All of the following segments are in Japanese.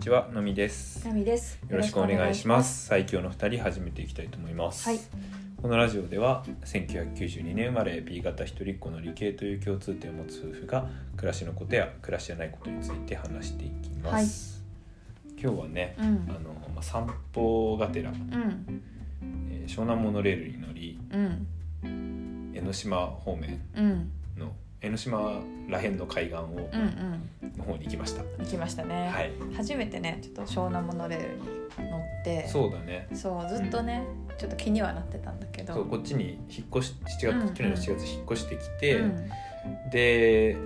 ちはのみですナミです。よろしくお願いします最強の二人始めていきたいと思います、はいこのラジオでは1992年生まれ B 型一人っ子の理系という共通点を持つ夫婦が暮らしのことや暮らしじゃないことについて話していきます、今日はねお願いしあまの、まあ、散歩がてら、す。うん。うん。えー湘南モノレールに乗りうん。江ノ島方面うん。の江ノ島らへんの海岸をうん。の方に行きました、うん。行きましたね。はい初めてね、ちょっと湘南モノレールに乗って。そうだねそう。ずっとね、ちょっと気にはなってたんだけど。そうこっちに引っ越し7月、うんうん去年の7月引っ越してきて、うんで、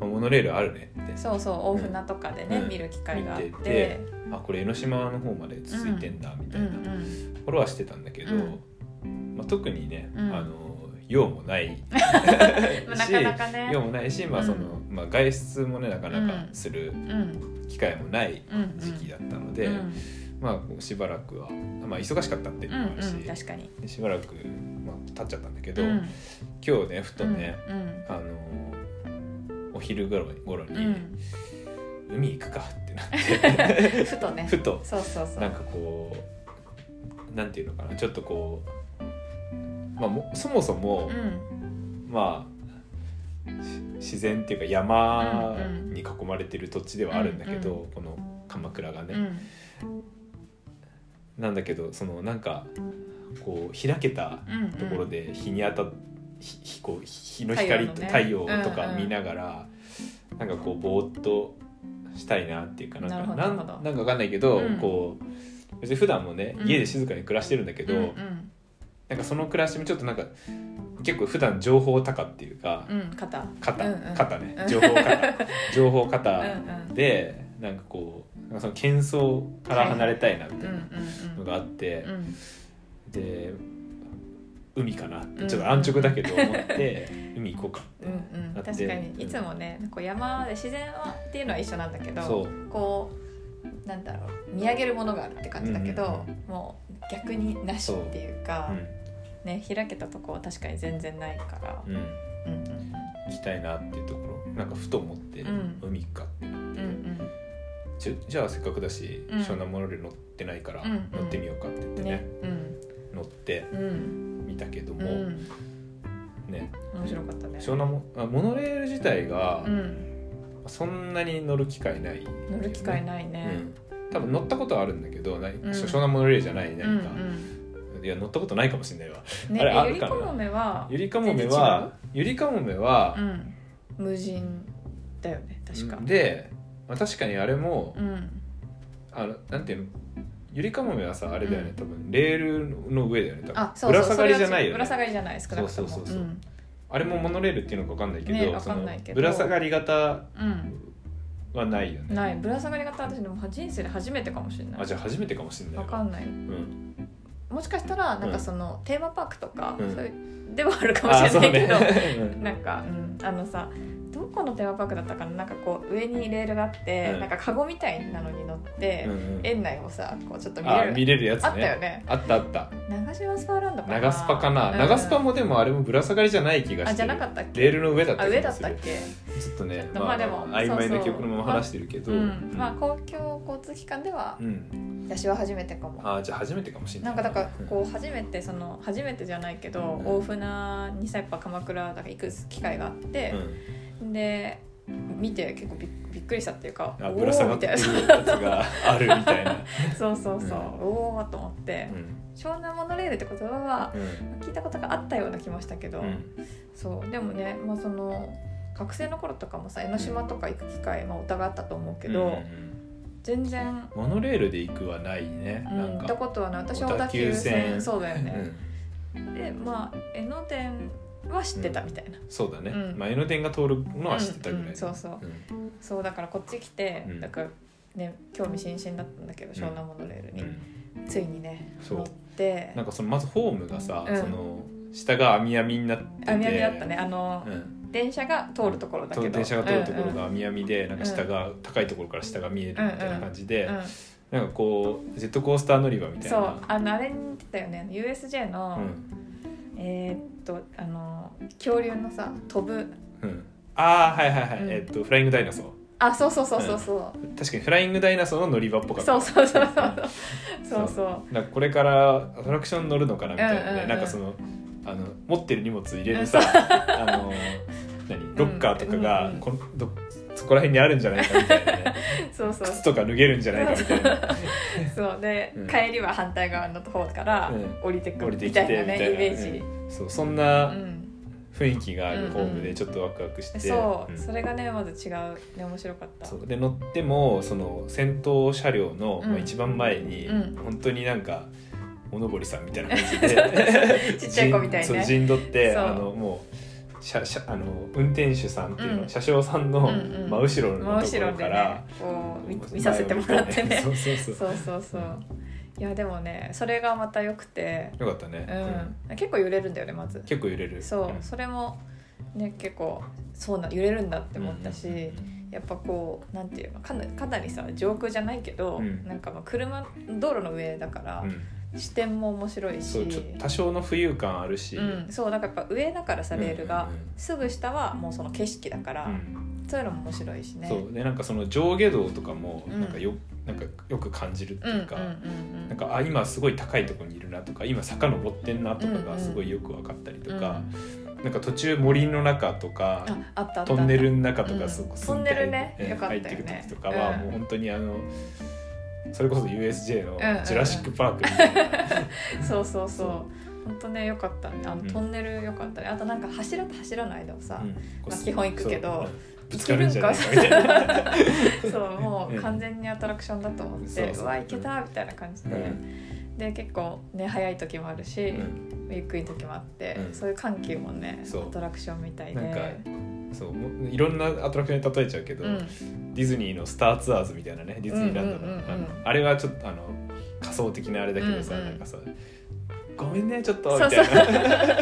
まあモノレールあるねってそうそう大船とかでね、うん見る機会があっ見てててあこれ江ノ島の方まで続いてんだみたういんなうフんォローはしてたんだけど、うんまあ、特にね、うんあの用もない まあなかなかね用もないし、まあそのまあ、外出もねなかなかするうん機会もないうん時期だったので、うんまあこうしばらくは、まあ、忙しかったっていううのもあんるうし、ん確かにでしばらく、まあ、経っちゃったんだけど、うん今日ねふとね、うんあのお昼頃頃に、うんうん海行くかってなってふとねふとそうそうそなんうかこうなんていうのかなちょっとこう、まあ、もそもそも、うんまあし自然っていうか山うんうんに囲まれてる土地ではあるんだけど、うんこの鎌倉がうね、んなんだけどそのなんかこう開けたうんところで日に当たっひひこう日の太陽光のねと太陽とうんかうん見ながら、なんかこうぼーっとしたいなっていうかなんかなるほどなんなるほどなんかわかんないけど、うんこう別に普段もねうん家で静かに暮らしてるんだけど、うんうんなんかその暮らしもちょっとなんか結構普段情報高っていうか、うん肩肩うんうん肩ねうん情報 肩情報うんう肩んでなんかこうなんかその喧騒から離れたいなみうたいなんうんうのんがあって。うんで海かなってうんちょっと安直だけど思 って、海行こうかうんうだん、って確かにいつもねこう山で自然はっていうのは一緒なんだけどそうこうなんだろう見上げるものがあるって感じだけど、うんもう逆になしっていうかね、開けたとこは確かに全然ないからう、ん、うん、うんうん行きたいなっていうところなんかふと思って、うん海行くかってうん、うんちょじゃあせっかくだし、うん湘南モノレール乗ってないからうんうん乗ってみようかって言っうてんね,、ねうん乗ってうんみたけどうも、んね面白かったね湘南モあモノレール自体がうんそんなに乗る機会ない、乗る機会い、ないうねん、多分乗ったことはあるんだけど、なうん湘南モノレールじゃないうん何か、いや乗ったことないかもしれないわうんねあれあゆるりかかなもめはゆりかもめはゆりかもめはう、ん無人だよね確かで、まあ、確かにあれも、うんあのなんていうのゆりかもめはさあれだよね、多分レールの上だよね多分あそうそうぶら下がりじゃないよねぶら下がりじゃない少なくともそうそうそうそうあれもモノレールっていうのか分かんないけど,、ねわかんないけどぶら下がり型うん、はないようん、ねないぶら下がり型私でも人生で初めてかもしれないあじゃあ初めてかもしれないわかんないうん、もしかしたらなんうんかその、テーマパークとか、うんそういうではあるかもあしそうれないけねど、うん なんか、うん、あのさどこのテーマパークだったかななんかこう上にレールがあって、うんなんかカゴみたいなのに乗って、うんうん園内をさこうちょっと見あれる見れるやつねあったよねあったあった長島スパーランドかな長スパかな、うん長スパもでもあれもぶら下がりじゃない気がしてるあじゃなかったっけレールの上だったあ気上だがっすたっるけちょっとね、まあでも曖昧そうなそう曲のまま話してるけど、うん、まあうん公共交通機関ではうん私は初めてかもあーじゃあ初めてかもしれなないんかだからこう初めてその初めてじゃないけどうん大船にさやっぱ鎌倉だから行く機会があってうん、、で見て結構びっびっくりしたっていうかあおーぶら下がってるやみつたいがあるみたいな、 なそうそうそう、うんおおと思ってうん湘南モノレールって言葉はうん聞いたことがあったような気もしたけど、うんそうでもね、まあ、その学生の頃とかもさ江ノ島とか行く機会、まあ、お互いあったと思うけど、うんうん全然、モノレールで行くはないね、うん、行なっんたか、ことはない私は小小田田急急線線そうだよね、うんでまあ江ノ電は知ってたみたいな、そうだね、うんまあ、江ノ電が通るのは知ってたぐらい、うんうんそうそううんそうだからこっち来て、うんだからね興味津々だったんだけど湘南モノレールに、うんついにねそう乗ってなんかそのまずホームがさ、うんその下が網やみになっててあみあみだったねあの、うん電車が通るところだけど電車が通るところが網やみで、なんか下うんが高いところから下が見えるみたいな感じで、うんうんうんなんかこうジェットコースター乗り場みたいそなうあのあれに出てたよね USJ の、んえーっとあの恐竜のさ飛ぶうん、ああはいはいはい、うんえっとフライングダイナソーあそうそうそうそうそう確かにフライングダイナソーの乗り場っぽかったそうそうそうそううんそうそうなんかこれからアトラクション乗るのかなみたいなね、うんうんうんなんかそのあの持ってる荷物入れるさ、 あの何ロッカーとかが、うんうんこのどそこら辺にあるんじゃないかみたいな、ね、そう そう靴とか脱げるんじゃないかみたいなそうで、うん帰りは反対側の方からうん降りてく降るりてみきてたみいたないな、ねイメージ、うんそうそんう、なん雰囲気があうんうるんホームでちょっとワクワクして、そう、うんそれがねまず違うね面白かったそうで乗ってもその先頭車両の、うんまあ一番前に、うん本当になんかおのぼりさんみたいな感じで ちっちゃい子みたい ねそう陣取ってそうあのもう車車あの運転手さんっていうの、うん車掌さんのうんうん真後ろ真のとこ後ろろかでらね、こう見こう見させてもらってね前を見 そうそうそうそうそうそういやでもねそれがまた良くて、よかったね、うん結構揺れるんだよねまず結構揺れるそう、んそれもね結構そうな揺れるんだって思ったし、うんうんやっぱこうなんていうのかなかなりさ上空じゃないけど、うんなんかまあ車道路の上だから、うんうん視点も面白いしそうちょっと多少の浮遊感あるし、うん、そうなんかやっぱ上だからさレールが、うんうんうんすぐ下はもうその景色だから、うんそういうのも面白いしねそうでなんかその上下動とかもうんなんかよ,、なんかよく感じるってんうんういうか、んなんかあ今すごい高いところにいるなとか今坂登ってんなとかうんうがんすごいよく分かったりとうんか、なんか途中森の中とかああったあったトンネルの中とかすうごんいトンネルねえーよかった入よっねてく時とかはうんもう本当にあのそれこそ USJ のんうんう「んジュラシック・パーク」み たいな、そうそうそそうう本当ねよかったねあの、うんトンネルよかったねあとなんか柱と柱の間をさ、うんこうまあ基本行くけどそううんぶつかるんじゃないかみたい な。そうもううん完全にアトラクションだと思って、そううそうわ行けたみたいな感じで、うんで結構ね早い時もあるし、うんゆっくり時もあって、うんそういう緩急もねアそうトラクションみたいでなんかそうもういろんなアトラクションに例えちゃうけど、うん、ディズニーのスターツアーズみたいなねディズニーランドの,、うんうんうんうんあのあれはちょっとあの仮想的なあれだけどさ、うんうんなんかさごめんねちょっとそみうたそうい ななんか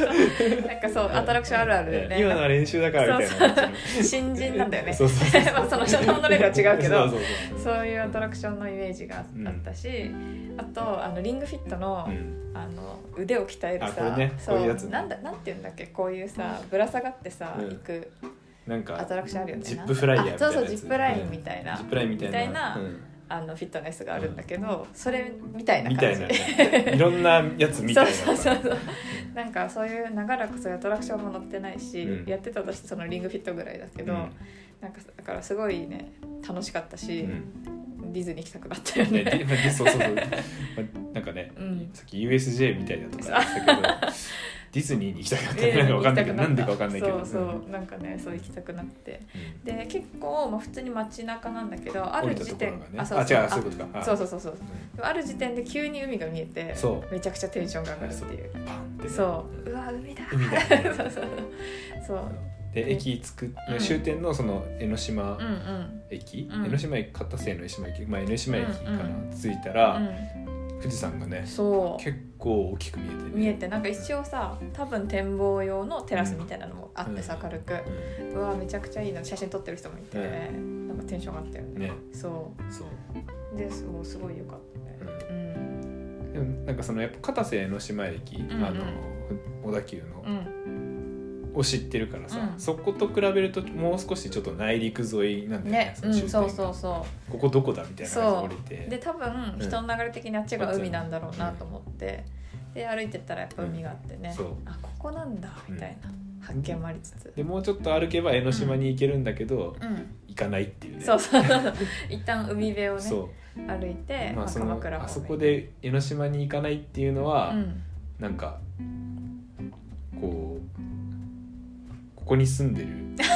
そうアトラクションあるあるでね今のは練習だからみたいな感新人なんだよねそうそうそう まあその人のモノレールは違うけどそうそうそうそういうアトラクションのイメージがあうんあったし、あとあのリングフィットの,、うんあの腕を鍛えるあさこれねそこういうやつねなんだなんていうんだっけこういうさぶら下がってさ、うん行くなんアかトラクションあるよねジップフライヤーみたいなあそうそうやつジップラインみたいな、ジップラインみたいなみたいなうんあのフィットネスがあるんだけど、それみたいなみた感いじなねいろんなやつみたいな そうそうそうそうなんかそういう長らくそういうアトラクションも乗ってないし、うんやってたとしてそのリングフィットぐらいだけど、うんなんかだからすごいね楽しかったし、うんディズニー行きたくなったよねね。でまあそうそうそう、まあなんかねうんさっき USJ みたいだとか言ってたけ どディズニーに行きたかったディズなんニーかわ行かきんないけどなたくなっんでたかわかんないけどそうそうなんかねそう行きたくなってうんで結構もう普通に街中なんだけどあ降りるたと時ころ点がねああそう違うそうそういうことあかそううそうそうそうでもある時点で急に海が見えてそめちゃくちゃテンションが上がるっていううパンってねそううわ海だ海だそうそう そうで駅着くうん終点のその江ノ島うんうん駅うん江ノ島駅片瀬江ノ島駅まあ江ノ島駅かうなん着いたうらん富士山がねそう結構大きく見えてね見えてなんか一応さ多分展望用のテラスみたいなのもあってさうん軽くううわめちゃくちゃいいな写真撮ってる人もいてなんかテンション上がったよんねねそそううですごいすごい良かったねうんでもなんかそのやっぱ片瀬江ノ島駅うんあの小田急のうんを知ってるからさ、うんそこと比べるともう少しちょっと内陸沿いなんだよねね、そうのん、終点そがうそうそここどこだみたいな感じで降りてうで多分人の流れ的にあっちが海なんだろうなと思って、で歩いてったらやっぱ海があってね、そうあここなんだみたいな発見もありつつ、でもうちょっと歩けば江ノ島に行けるんだけど、うん行かないっていうねそうそうそう一旦海辺をねそ歩いて、うまあその鎌倉方面あそこで江ノ島に行かないっていうのは、うん、なんかこうここに住んでる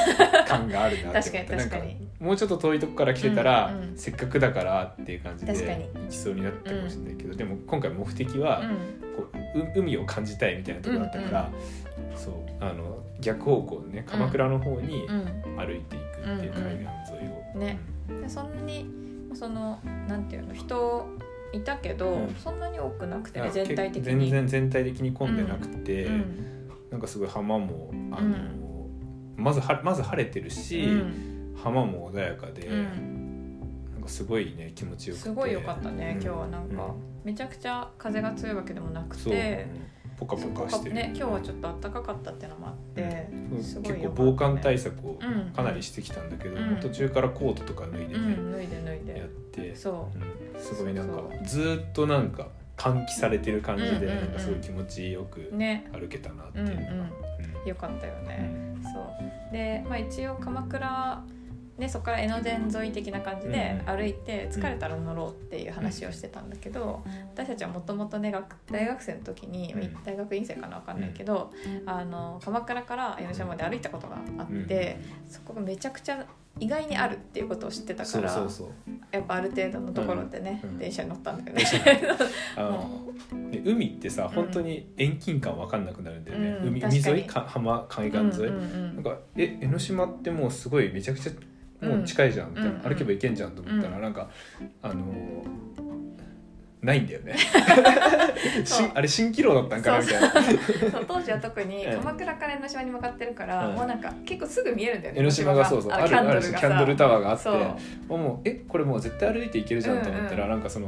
感があるなって思った 確かになん確かにもうちょっと遠いとこから来てたら、うんうんせっかくだからっていう感じで確かに行きそうになったかもしれないけど、でも今回目的は、うんこうう海を感じたいみたいなところだったから、そうあの逆方向にね鎌倉の方にう歩いていくっていう海岸沿いを、うんねん、でそんなにそのなんていうの人いたけど、うんそんなに多くなくて、うんね、全体的に全然全体的に混んでなくて、うんなんかすごい浜もあの、うんまずはまず晴れてるし、うん浜も穏やかで、うんなんかすごいね気持ちよくてすごい良かったね、うん今日はなんか、うんめちゃくちゃ風が強いわけでもなくそう、て、ポカポカそしうてる、ね今日はちょっと暖かかったっていうのもあって、うんすご結い構よかったね防寒対策をうんかなりしてきたんだけど、うん途中からコートとか脱いでうね、ん脱いで脱いやっでて、そうんすごいなんかそうそずーっとなんか換気されてる感じで、うんうんうんなんかすごい気持ちよくうね歩けたなっていうのが、うんうんよかったようんね、そうで、まあ、一応鎌倉でそこから江ノ電沿い的な感じでうん歩いて疲れたら乗ろうっていう話をしてたんだけど、私たちはもともとね学大学生の時に、うん大学院生かな分かんないけど、あの鎌倉から江ノ島まで歩いたことがあっうんて、そこがめちゃくちゃ意外にあるっていうことを知ってたそかうらそうそうやっぱある程度のところでね、うんうん電車に乗ったんだよね。あの、ね海ってさ本当に遠近感わかんなくなるんだよね、うん海確か海に沿いか浜海岸うん沿い、なんかえ江ノ島ってもうすごいめちゃくちゃもう近いじゃんみたいな、うん歩けば行けんじゃんと思ったら、うんなんかあのーないんだよ ねしそうあれ蜃気楼だったんかなみたいなうんそう当時は特にうん鎌倉から江ノ島に向かってるから、うんもうなんか結構すぐ見えるんだよね江ノ島がそうそうああのるキャンドあるルしがキャンドルさタワーがあってそうもうえこれもう絶対歩いて行けるじゃんと思ったら、うなんかその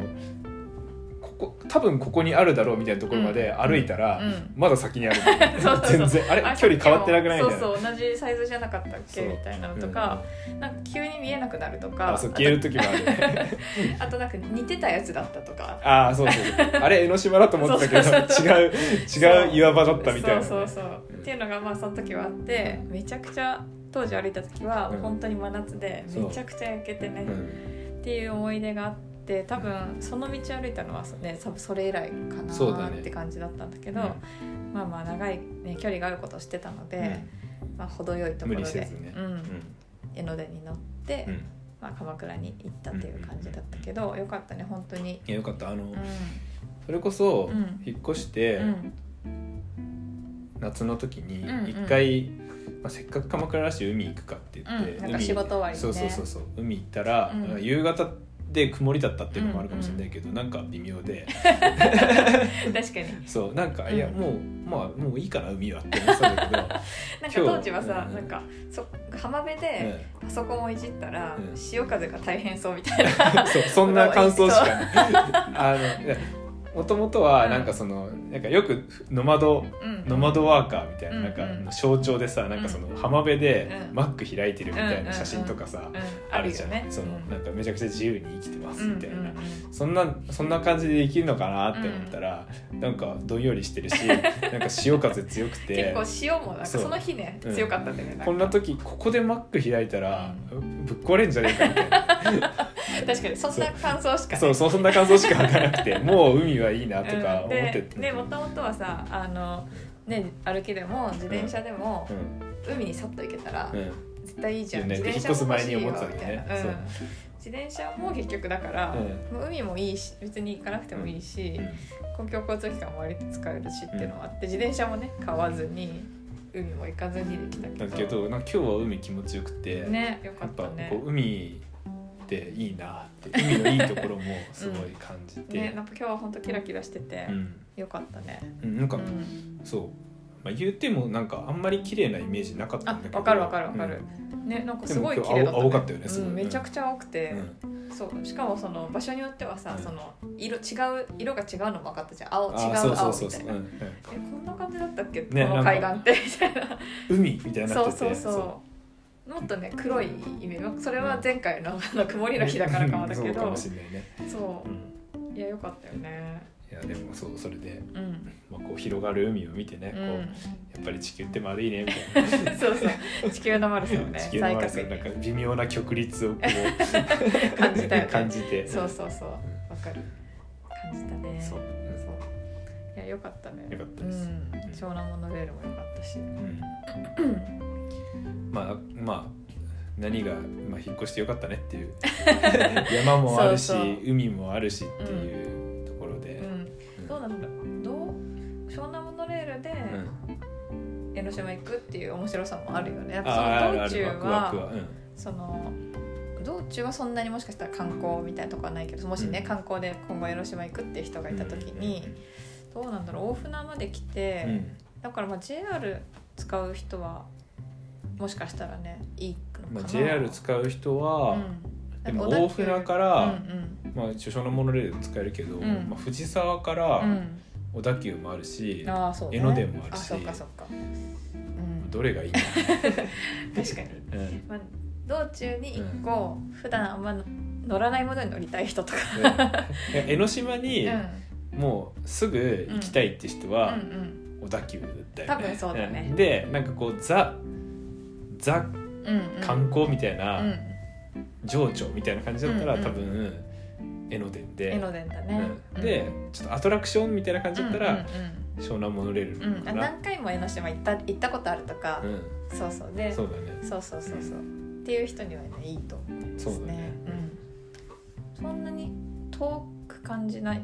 ここ多分ここにあるだろうみたいなところまで歩いたら、うんまだ先にあるんだよねそうそうそ全う然あれ距離変わってなくないみたいな。そうそう同じサイズじゃなかったっけそうみたいなのとか、なんか急に見えなくなるとかあそう消える時もあるねあとあとなんか似てたやつだったとかあーそうそうそうあれ江ノ島だと思ってたけそうそうど違う違う岩場だったみたいなね、そうそうそう、っていうのがまあその時はあってめちゃくちゃ当時歩いた時はうん本当に真夏でそうめちゃくちゃ焼けてね、うんっていう思い出があって多分その道歩いたのはね多分それ以来かなそうだーねって感じだったんだけうどんまあまあ長い、ね、距離があることをしてたので、まあ、程よいとこ無ろ理せでずね、う、うんん江ノ電に乗って、うんまあ、鎌倉に行ったっていう感じだったけど、よかったね本当に。いやよかったあの、うんそれこそうん引っ越して、うん夏の時にうんうん一回、まあ、せっかく鎌倉らしい海行くかって言って、うんなんか海仕事終わりにねそうそうそうそう海行ったら、うんなんか夕方で曇りだったっていうのもあるかもしれないけど、なんか微妙で 確かにそうなんか、うんいやもうまあもういいかな海はって思ってたんだけど、なんか今日当時はさ、うんなんかそ浜辺 でうんパソコンをいじったら、うん潮風が大変そうみた いなそうそんな感想しかないあのいやもともとはなんかその、なんかよくノマドうんノマドワーカーみたいななんかうんうん象徴でさなんかその浜辺でうんマック開いてるみたいな写真とかさ、うんああるるよじゃん、ねそのうんなんかめちゃくちゃ自由に生きてますみたいな、うんうんうんそんなそんな感じでできるのかなって思ったら、なんかどんよりしてる しなんか潮風強くて結構塩もなんかそうその日ねうん強かったんだよね、なんかこんな時ここでマック開いたら、ぶっ壊れんじゃねえかみたいな確かにそんな感想しかねそうそうそんな感想しかわからなく てもう海はいいなとか思っうんてでて、でもともとはさあの、ね、歩きでも自転車でもう、海にさっと行けたらんうん絶対いいじゃん、ね自引っ転車越すも前欲しいによ思みってたたいんだよねな、うん、自転車も結局だから、うもう海もいいし別に行かなくてもいいし、そう、公共交通機関も割と使えるしっていうのもあって、自転車もね買わずに海も行かずにできたうけん、どだけどなんか今日は海気持ちよくて、ねよかやっっぱたこねう海っていいなって海のいいところもすごい感じて、 ねなんか今日は本当キラキラしてて、うんよかったね、うん、なんうか、ん、そう、まあ、言うてもなんかあんまり綺麗なイメージなかったんあだけどわかるわかるわかる、ねなんかすごいでも綺麗だった、ね、青青かったよねすごいうん、めちゃくちゃ青くてう、んそうしかもその場所によってはさ、うんその色違う色が違うのも分かったじゃん青あ違ーう青そうそうみそたうそいう、なうんえうんこんな感じだったっけ、ねこなのんか海岸ってみたいな海みたいになっそうててそうそうもっとね黒いイメージそれは前回のあの曇りの日だからかもだけうんそうかどもしれないね、そうんういやよかったよねいやでもそうそれで、うん、まあ、こう広がる海を見てね、う、こうんやっぱり地球って丸いねみたいな そうそう地球の丸さをね地球の丸さ再なん確か微妙な曲率をこう感じたよね 感じて認そうそうそうわんかる感じたねそうそういやよかったねよかったですうん、湘南モノレールもよかったしうんまあまあ何が、まあ、引っ越してよかったねって いう山もあるしそうそう海もあるしっていうところで、うん、どうなんだろうどう湘南モノレールでうん江ノ島行くっていう面白さもあるよねやっあぱあるあるワその道中クワクはは、うんその道中はそんなにもしかしたら観光みたいなとこはないけどもしね、うん観光で今後江ノ島行くっていう人がいた時に、どうなんだろう大船まで来て、うんうんだからまあ JR 使う人はもしかしたらねいいのかな、まあ、JR 使う人は、うん、でも大船からら、うんまあ、所のモノレール使えるけど、うんまあ、藤沢からうんうん小田急もあるしああそうね江ノ電もあるしそうかそうかうんどれがいいの、確かに、うんまあ、道中に一個、普段あんま乗らないものに乗りたい人とか、で江ノ島うん、にもうすぐ行きたいって人うはんうん小田急だったよね多分そうだねんでなんかこうザザうんうん観光みたいな、うん情緒みたいな感じだったら、うんうん多分江ノ電で江ノ電だね、うんでちょっとアトラクションみたいな感じだったら、う湘南モノレーんうんうんルうんかあな、何回も江ノ島行った行ったことあるとか、うんそうそうでそそううだねそうそうそうっていう人にはねいいと思いますそねうだねうん、そんなに遠く感じない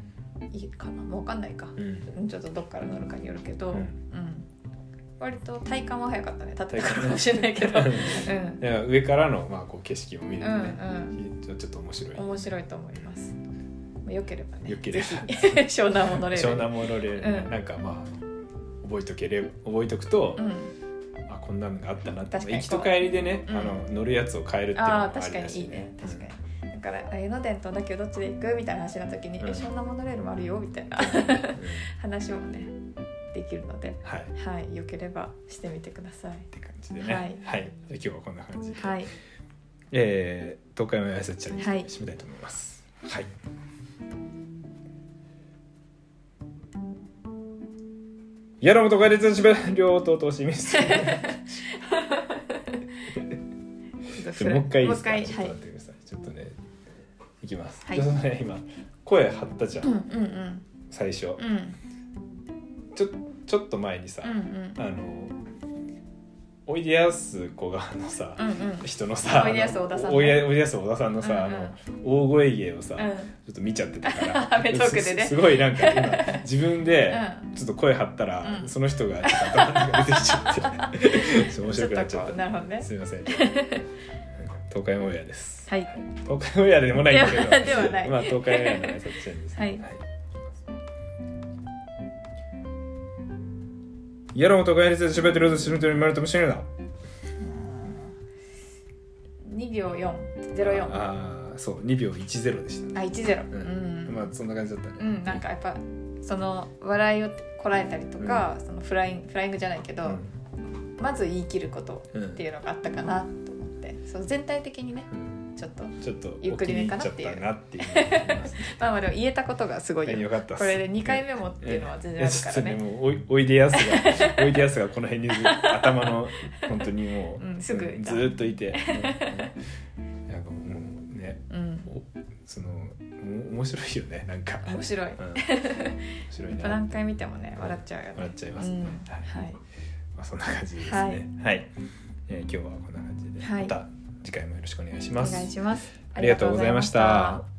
かなもうわかんないかうん うんちょっとどっから乗るかによるけど、うんうん割と体感は早かったね立ってたからかもしれないけど、うん、だから上からの、まあ、こう景色を見るうとね、んちょちょっと面白いうん面白いと思いますまあ良ければね良ければぜひ 湘南モノレール湘南モノレールね、うんなんかまあ覚えとければ覚えとくと、うんあこんなのがあったなって確かに行きと帰りでね、うんあの乗るやつを変えるっていうのもあああ確りかだにいしいねね確かにだからあ江ノ電とだけどどっちで行くみたいな話の時に「うんえそんなモノレールもあるよ」みたいなうん話もねできるので はいっはいよければしてみてくださいて感じでねははいい、じゃあ今日はこんな感じで、はいえー、東海オンエアセッチャレンジはい締めたいと思います。 はい。やらもとかれつしべ両党投資ミス。ち ょもう一回いいでもう一すか。回ちょはっと待っていください。ちょっとね。いきます。はいちょっとね今声張ったじゃん、うんうんうん最初。うんちょちょっと前にさ、うんうんあのおいでやすこがあのさ、うんうん人のさ、おいでやす小田さんのおいでおいでやす小田さんのさ、うんうんあの大声芸をさ。うんちょっと見ちゃってたかア らメトークですねすごいなんか今自分でうんちょっと声張ったら、うんその人がちょっと頭が出てきちゃって ちょっと面ちょ白っくなっちとゃこっうたなるほどねすみません東海オンエアですはい東海オンエアでもないんだけどではではないまあ東海オンエアの挨拶ちゃんです、はいやろうとかやりつつ喋ってるとると生まれてもしれないな2秒404ああそう2秒10でしたねあう10うんんまあそんな感じだったね、うん、なんかやっぱその笑いをこらえたりとか、そのフライングフライングじゃないけど、まず言い切ることうん、うんっていうのがあったかなと思ってそう全体的にねうんちょっとちょっとゆっくりめかなお気ってにいう入っちゃったなっていうのがありますねまあまあでも言えたことがすごいよよかったっすこれで2回目もっていうのは全然あるからいやねちょっともうおいおいでやすがおいでやすがこの辺にず頭の本当にもう、うんすぐいたずーっといて、うんなんかもうねうんおそのお面白いよね なんか、面白いうん、面白いやっぱ何な回見てもね笑っちゃうよね笑っちゃいますね、うんはい、はいまあ、そんな感じですねはい、えー今日はこんな感じで、はいまた次回もよろしくお願いしおます願いしますありがとうございました